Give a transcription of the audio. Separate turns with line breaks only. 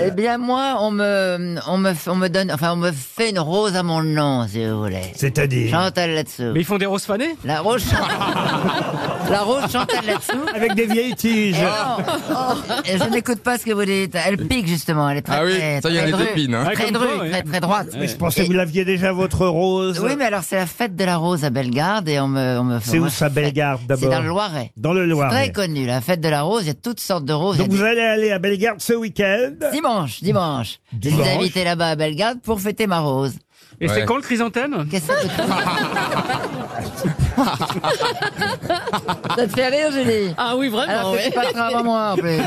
Eh bien, moi, on me, on me, on me donne, enfin, on me fait une rose à mon nom, si vous voulez.
C'est-à-dire
Chantal là-dessous.
Mais ils font des roses fanées
La rose, la rose Chantal là-dessous.
Avec des vieilles
Eh
tiges.
Et Je n'écoute pas ce que vous dites. Elle pique justement. Elle est très,
Ah oui,
très,
ça y est,
très
elle a des
drue,
épines, hein.
Ouais,
Très
comme
drue,
toi, ouais.
très, très droite.
Je pensais que vous l'aviez déjà votre rose.
Oui, mais alors c'est la fête de la rose à Bellegarde et on me, on me
C'est où
moi,
ça,
je-
Bellegarde
C'est
d'abord
dans le Loiret.
Dans le Loiret.
Très connu, la fête de la rose. Il y a toutes sortes de roses.
Donc
Il y a
vous allez aller à Bellegarde ce week-end.
des- Dimanche, dimanche. Je vous
Dimanche.
invité là-bas à Bellegarde pour fêter ma rose.
Et c'est
Ouais.
quand le chrysanthème
Qu'est-ce que Ça te fait rire, Julie
Ah oui, vraiment,
Alors que
ouais.
tu passeras avant moi, en plus.